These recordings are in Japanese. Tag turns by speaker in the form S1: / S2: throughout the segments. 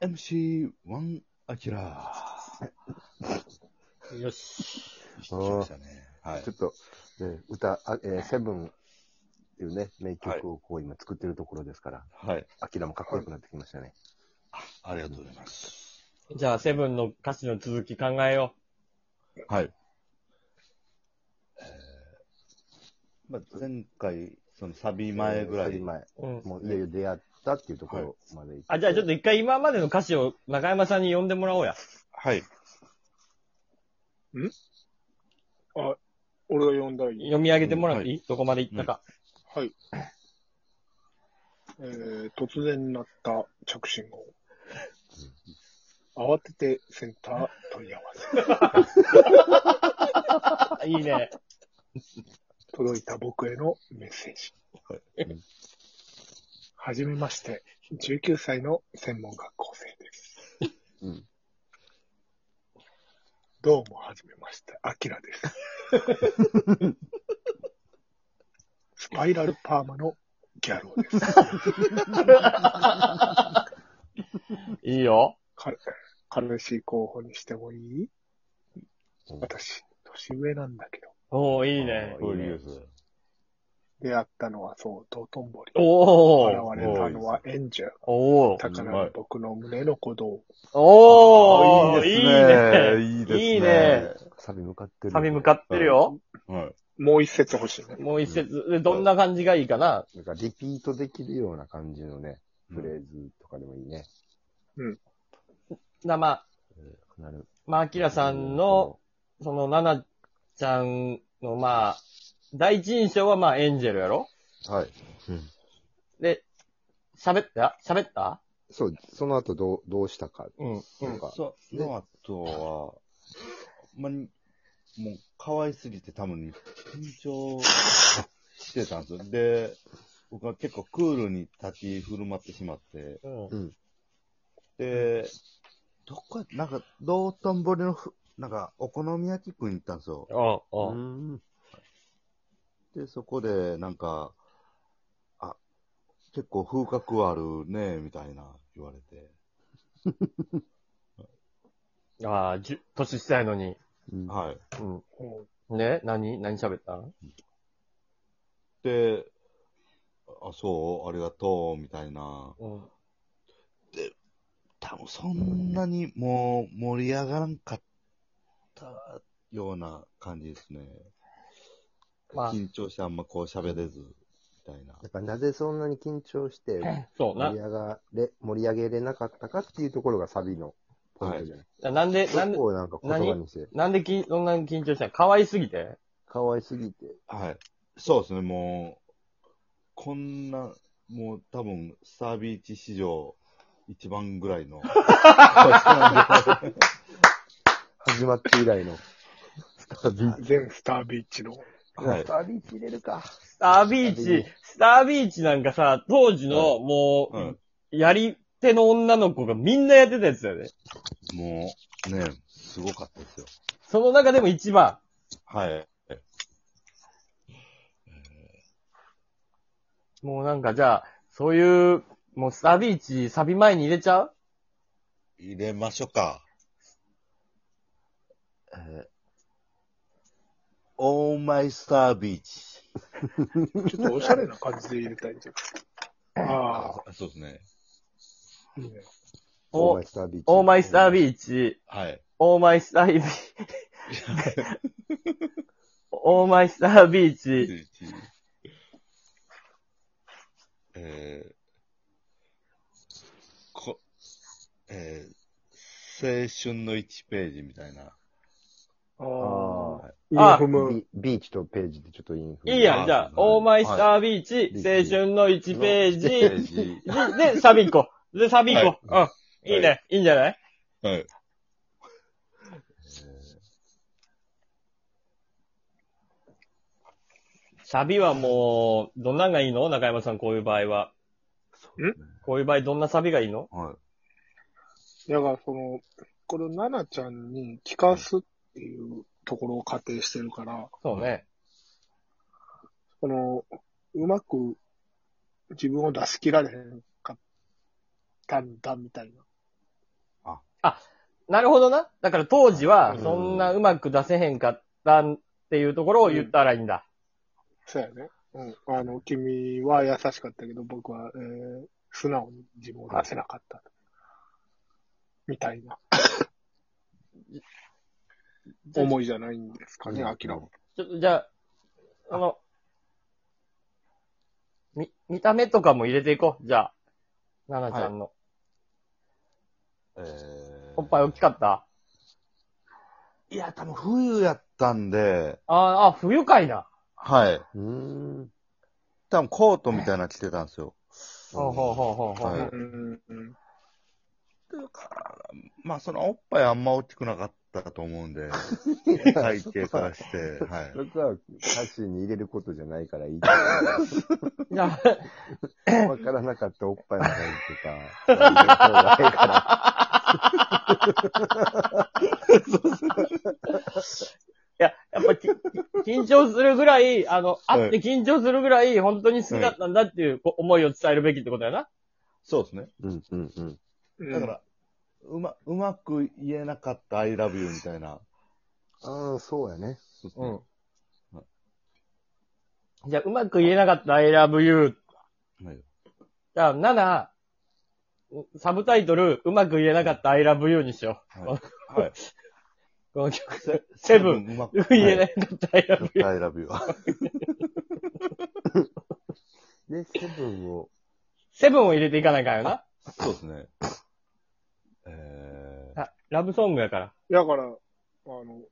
S1: 4MC1 アキラ
S2: よし。
S1: ー。失礼しましたね。はい
S3: ちょ。っと、ね、歌、あえーセブンっていうね、名曲をこう今作ってるところですから、
S1: はい。
S3: アキラもかっこよくなってきましたね。
S1: ありがとうございます。
S2: じゃあ、セブンの歌詞の続き考えよ
S1: はい。えーまあ、前回、そのサビ前ぐら
S3: サビ
S1: い。
S3: 前。
S2: う。うん。
S3: もういよいよ出会ったっていうところまで行って
S2: あ、じゃあちょっと一回今までの歌詞を中山さんに呼んでもらおうや。
S1: はい。
S4: 俺が呼んだらいい。
S2: 読み上げてもらっていい、
S1: う
S2: どこまで行ったか。
S4: はい。えー、突然鳴った着信号。慌ててセンター問い合わせ。
S2: あいいね。
S4: 届いた僕へのメッセージ
S1: はい。
S4: はじめまして、19歳の専門学校生です。
S3: うん
S4: どうもはじめまして、アキラです。 スパイラルパーマのギャローです。
S2: いいよ。
S4: 彼、彼氏候補にしてもいい
S3: うん
S4: 私、年上なんだけど。
S2: おー、いいね。
S1: こういうニュース
S4: 出会ったのはそう、道頓堀。現
S2: おー。
S4: れたのはエンジェル。
S2: おー。
S4: だから僕の胸の鼓動。
S2: おー。いいね。
S1: いい
S2: ですねいいね。
S3: サビ向かってる。
S2: サビ向かってるよ。
S1: はい。
S4: もう一節欲しいね。
S2: もう一節。で、どんな感じがいいかな。
S3: なんかリピートできるような感じのね、フレーズとかでもいいね。
S2: な、まあ、
S3: なる。
S2: まあ、アキラさんの、その、ナナちゃんの、まあ、第一印象は、まあ、エンジェルやろ
S3: うん、はい。
S2: で、喋った喋った
S3: そう、その後どう、どうしたか。
S2: うん。うん。
S3: なんか
S1: その後は、ほんまに、もう、可愛すぎて多分、緊張してたんですよ。で、僕は結構クールに立ち振る舞ってしまって、
S2: うん。
S1: で、どこやなんか、道頓堀のふ、なんか、お好み焼き食いに行ったんですよ。
S2: うん。うん。
S3: ん。
S1: で、そこで、なんか、あ、結構風格あるね、みたいな言われて。
S2: ああ、じゅ、年下やのに。
S3: は
S1: はい。
S2: うん。
S4: うん
S2: ね何何喋った
S1: で、あ、そう、ありがとう、みたいな。
S2: うん。
S1: 多分そんなにもう盛り上がらんかったような感じですね。
S2: まあ、
S1: 緊張してあんまこう喋れず、みたいな。
S3: い。だからなぜそんなに緊張して、
S2: そう、
S3: 盛
S2: な
S3: り、上がれ、盛り上げれなかったかっていうところがサビのポイントじゃない。
S2: なんで、なん
S3: 結
S2: で、
S3: 構なんか言葉にして、
S2: なんでき、そんなに緊張したの可愛すぎて
S3: 可愛すぎて、
S1: はい。そうですね、もう、こんな、もう多分、スタービーチ史上一番ぐらい の。
S3: 始まって以来の。スタービーチ。
S4: 全スタービーチの。
S1: はい
S3: スタ。ービーチ入れるか。
S2: スタービーチ、スタービーチなんかさ、当時の、も
S1: うん
S2: う、やり手の女の子がみんなやってたやつだよね。
S1: もう、ね、すごかったですよ。
S2: その中でも一番。
S1: はい。
S2: もうなんかじゃあ、そういう、もうスタービーチ、サビ前に入れちゃう
S1: 入れましょうか。えー、オーマイスタービーチ。
S4: ちょっとおしゃれな感じで入れたいじゃん。ああ、
S1: そうですね。
S4: いいね。
S2: お
S3: オーマイスタービーチ。
S2: オーマイスタービーチ、
S1: はい。
S2: オーマイスタービーチ、オーマイスタービーチ、
S1: えー、こ、えー、青春の1ページみたいな。
S4: あ
S3: あ
S4: あ、
S3: あ。
S4: イン
S2: あ
S4: フム。
S3: ビビーチとページでちょっとインフム。
S2: いいやん、じゃあ、オーマイスタービーチ、
S3: はい
S2: 青春の1ペー
S1: ペ
S2: ジ、
S1: ー ジ。
S2: で、でサビ行こう。で、サビ行こう。うん。いいね。いいんじゃない
S1: はい。
S2: サビはもう、どんなんがいいの中山さん、こういう場合は。こういう場合、どんなサビがいいの
S1: はい。
S4: だからその、これをナナちゃんに聞かすっていうところを仮定してるから、
S2: そうね。
S4: その、うまく自分を出し切られへんかったんだみたいな
S2: なるほどな。だから当時は
S4: う、ん
S2: そんなうまく出せへんかったっていうところを言ったらいいんだ。
S4: そうやね。うん。あの、君は優しかったけど、僕は、えー、素直に自分を出せなかった。みたいな
S2: じゃ
S4: 思いじゃないんですかね、アキラは。
S2: ちょっとじゃあ、あの、み、見た目とかも入れていこう。じゃあ、ななちゃんの。
S1: え
S2: おっぱい大きかった
S1: いや、多分冬やったんで、
S2: ああ、あ冬かいな。
S1: はい。
S3: うーん。
S1: 多分コートみたいなの着てたんですよ。
S2: ほうほうほうほうほう。
S1: はい
S4: うんうんうん
S1: まあ、そのおっぱいあんま大きくなかったと思うん で、体型からして、はい。
S3: そこは歌詞に入れることじゃないからいいけど。
S2: じゃ
S3: わからなかったおっぱいの方とか、入れた方がいい から。
S2: いや、やっぱき 緊張するぐらい、あの、
S1: はい
S2: 会って緊張するぐらい、本当に好きだったんだっていうこ思いを伝えるべきってことやな。
S1: そうですね。
S3: うんうんうん。
S4: うん
S1: だから、うま、うまく言えなかった I love you みたいな。
S3: ああ、そうやね。
S2: うん。じゃあ、うまく言えなかった I love you。
S1: はい
S2: じゃあ、7、サブタイトル、うまく言えなかった I love you にしよ
S1: はい。はい、
S2: う。この曲、
S1: セ
S2: セブン、
S1: ン、うまく
S2: うまく言えなかった I love
S1: は
S2: you。
S1: い、I love you。
S3: で、セブンを、
S2: セブンを入れていかないからな。
S1: そうですね。え
S2: あラブソングやから。
S4: だから、あの、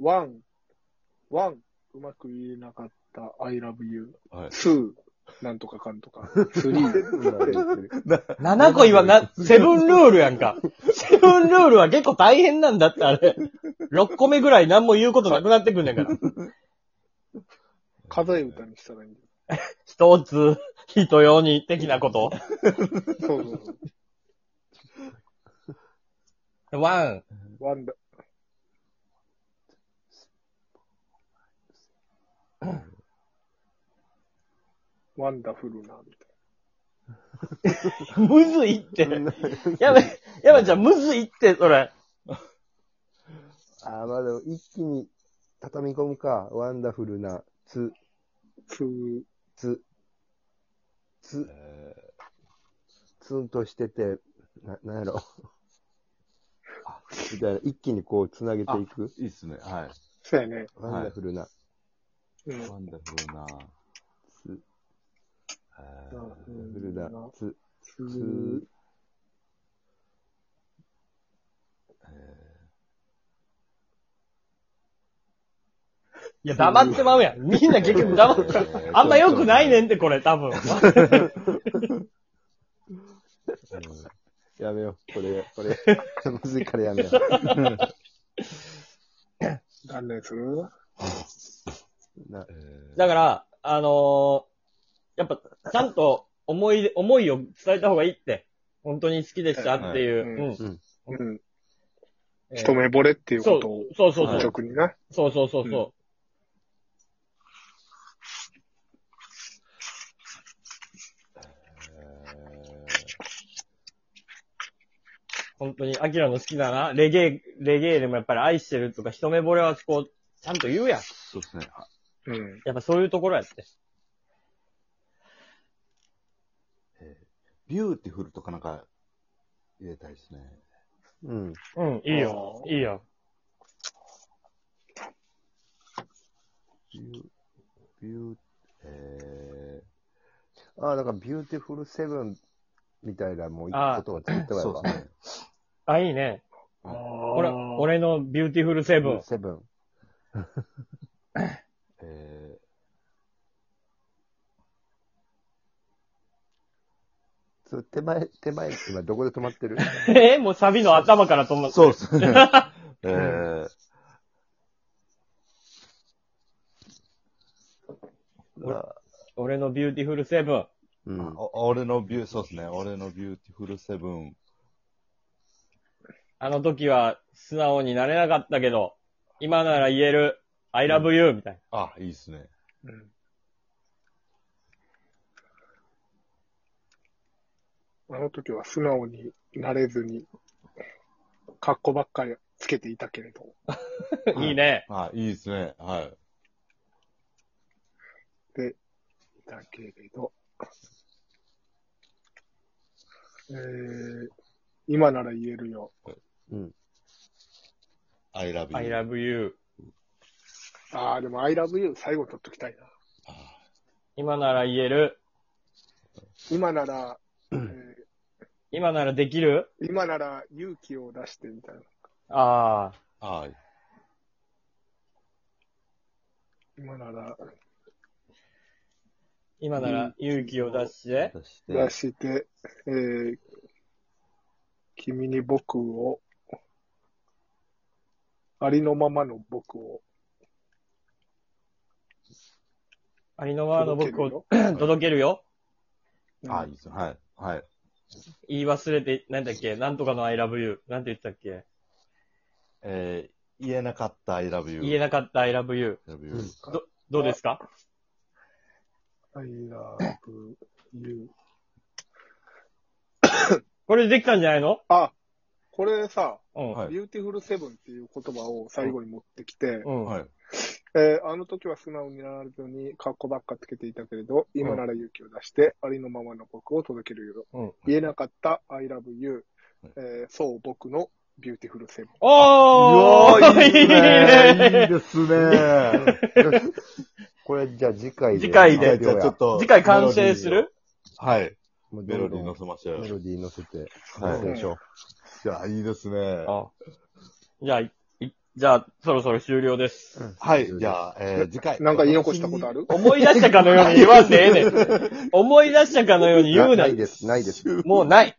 S4: ワン、ワン、うまく言えなかった I love you。
S1: ー、はい。
S4: ツー、なんとかかんとか。スリ
S3: セ
S4: ー、
S3: ブンまで言ってる。
S2: 7個は な、セブンルールやんか。 セブンルールは結構大変なんだって、あれ。6個目ぐらい何も言うことなくなってくんねん から。
S4: 数え歌にしたらいいんだよ。
S2: 一つ、人用に的なこと。
S4: そうそうそう。
S2: ワン、
S4: ワンだ。ワンダフルな、みたい
S2: むずいって。やばい、やばい、じゃあむずいって、それ。
S3: ああ、まあでも一気に畳み込むか。ワンダフルな、つ、
S4: な。ツー、
S3: つ、つ、
S1: え
S3: ツンとしてて、な、なんやろ。みたいな、一気にこう、つなげていく。
S1: ーいいっすね。は
S4: そうやね。
S3: ワンダフルな、
S4: う
S1: い。
S4: ん
S1: ワンダフルな。
S3: つ、
S1: え
S4: ワンダ
S1: ー
S3: フルな、つ、
S4: ツ
S3: つ、
S4: ー、
S2: いや、黙ってまうやん。みんな結局黙って。あんま良くないねんって、これ、多分。
S3: やめよう。これ、これ、 むずいからやめよう。
S4: 断念する
S3: な、
S2: だから、あのーやっぱ、ちゃんと思い出、思いを伝えた方がいいって。本当に好きでしたっていう。
S4: は
S2: うん
S4: うん。
S2: えー
S4: 一目惚れっていう
S2: そ
S4: こ
S2: う
S4: とを、
S2: そうそうそう。
S4: 直にな。
S2: そうそうそうそうん。本当に、アキラの好きだな。レゲエ、レゲエでもやっぱり愛してるとか、一目惚れはこう、ちゃんと言うやん。
S1: そうですね。
S4: うん。
S2: やっぱそういうところやって。
S1: ビューティフルとかなんか入れたいですね。
S3: うん。
S2: うん、いいよ。
S4: あー
S2: いいよ。
S1: ビュー、ビュー、え
S3: ああ、だから、ビューティフルセブンみたいな、もう、
S2: あー
S3: ことは作っ
S1: ー、
S3: たわ
S1: そ
S3: よ
S1: うですね。
S2: あ、いいね。俺、
S4: 俺
S2: 俺のビューティフルセブ ン。
S3: セブン。
S1: え
S3: つ手前、手前、今、どこで止まってる
S2: えーもうサビの頭から止
S1: ー、
S2: まっ
S1: そうですね。えー、
S2: 俺のビューティフルセブン。
S3: うん。
S1: お俺のビュー、そうですね。俺のビューティフルセブン。
S2: あの時は素直になれなかったけど、今なら言える、I love you みたいな。
S1: あ、いいですね。
S4: うんあの時は素直になれずに、格好ばっかりつけていたけれど。
S1: ん
S2: いいね。
S1: あ、いいですね。はい。
S4: だけれど、えー、今なら言えるよ。
S3: うん。
S1: I love you.
S2: I love you.
S4: ああ、でも I love you 最後取っときたいな。
S1: あ
S2: 今なら言える。
S4: 今なら、えー
S2: 今ならできる
S4: 今なら勇気を出してみたいな。
S2: ああ。
S1: あー、
S4: 今なら
S2: 今なら勇気を出して。
S3: そして、
S4: 出して、えー、君に僕を、ありのままの僕を
S2: ありのままの僕を
S4: よ。
S2: 届けるよ。
S1: あー、いいですね。はい。はい。
S2: 言い忘れて、なんだっけなんとかの I love you。なんて言ってたっけ
S1: えー、言えなかった I love you.
S2: 言えなかった I love you。
S1: love you.
S2: どうですか
S4: I love you.
S2: これできたんじゃないの
S4: あ、これさ、
S2: うん。
S1: はい
S4: ビューティフルセブンっていう言葉を最後に持ってきて、
S2: うん。
S1: はい。
S4: えーあの時は素直にならずに格好ばっかつけていたけれど、今なら勇気を出して、ありのままの僕を届けるよ。
S2: うん
S4: 言えなかった I love you、
S1: はい
S4: えーそう僕のビューティフルセブン。
S2: お
S3: いや
S2: ーいい
S3: ーいい
S2: ね
S3: ですね。 よしこれじゃあ次回で。
S2: 次回で
S1: はい
S3: じゃあちょっと
S1: と
S2: 次回完成する
S1: はい。
S3: メ
S1: メ
S3: ロ
S1: ロデ
S3: デ
S1: ィー
S3: ィー乗
S1: 乗
S3: せ。
S1: せましてょ
S3: メ
S1: う。
S3: ロディー乗せて。
S1: はい
S3: そうでしょ
S1: いや、いいですね。
S2: あじゃあ、いじゃあ、そろそろ終了です。
S3: う。
S1: はい。じゃあ、えー、次回。
S4: なんか言い残したことある
S2: 思い出したかのように言わんでええねん。思い出したかのように言うな
S3: ない。です、ないです。
S2: もうない。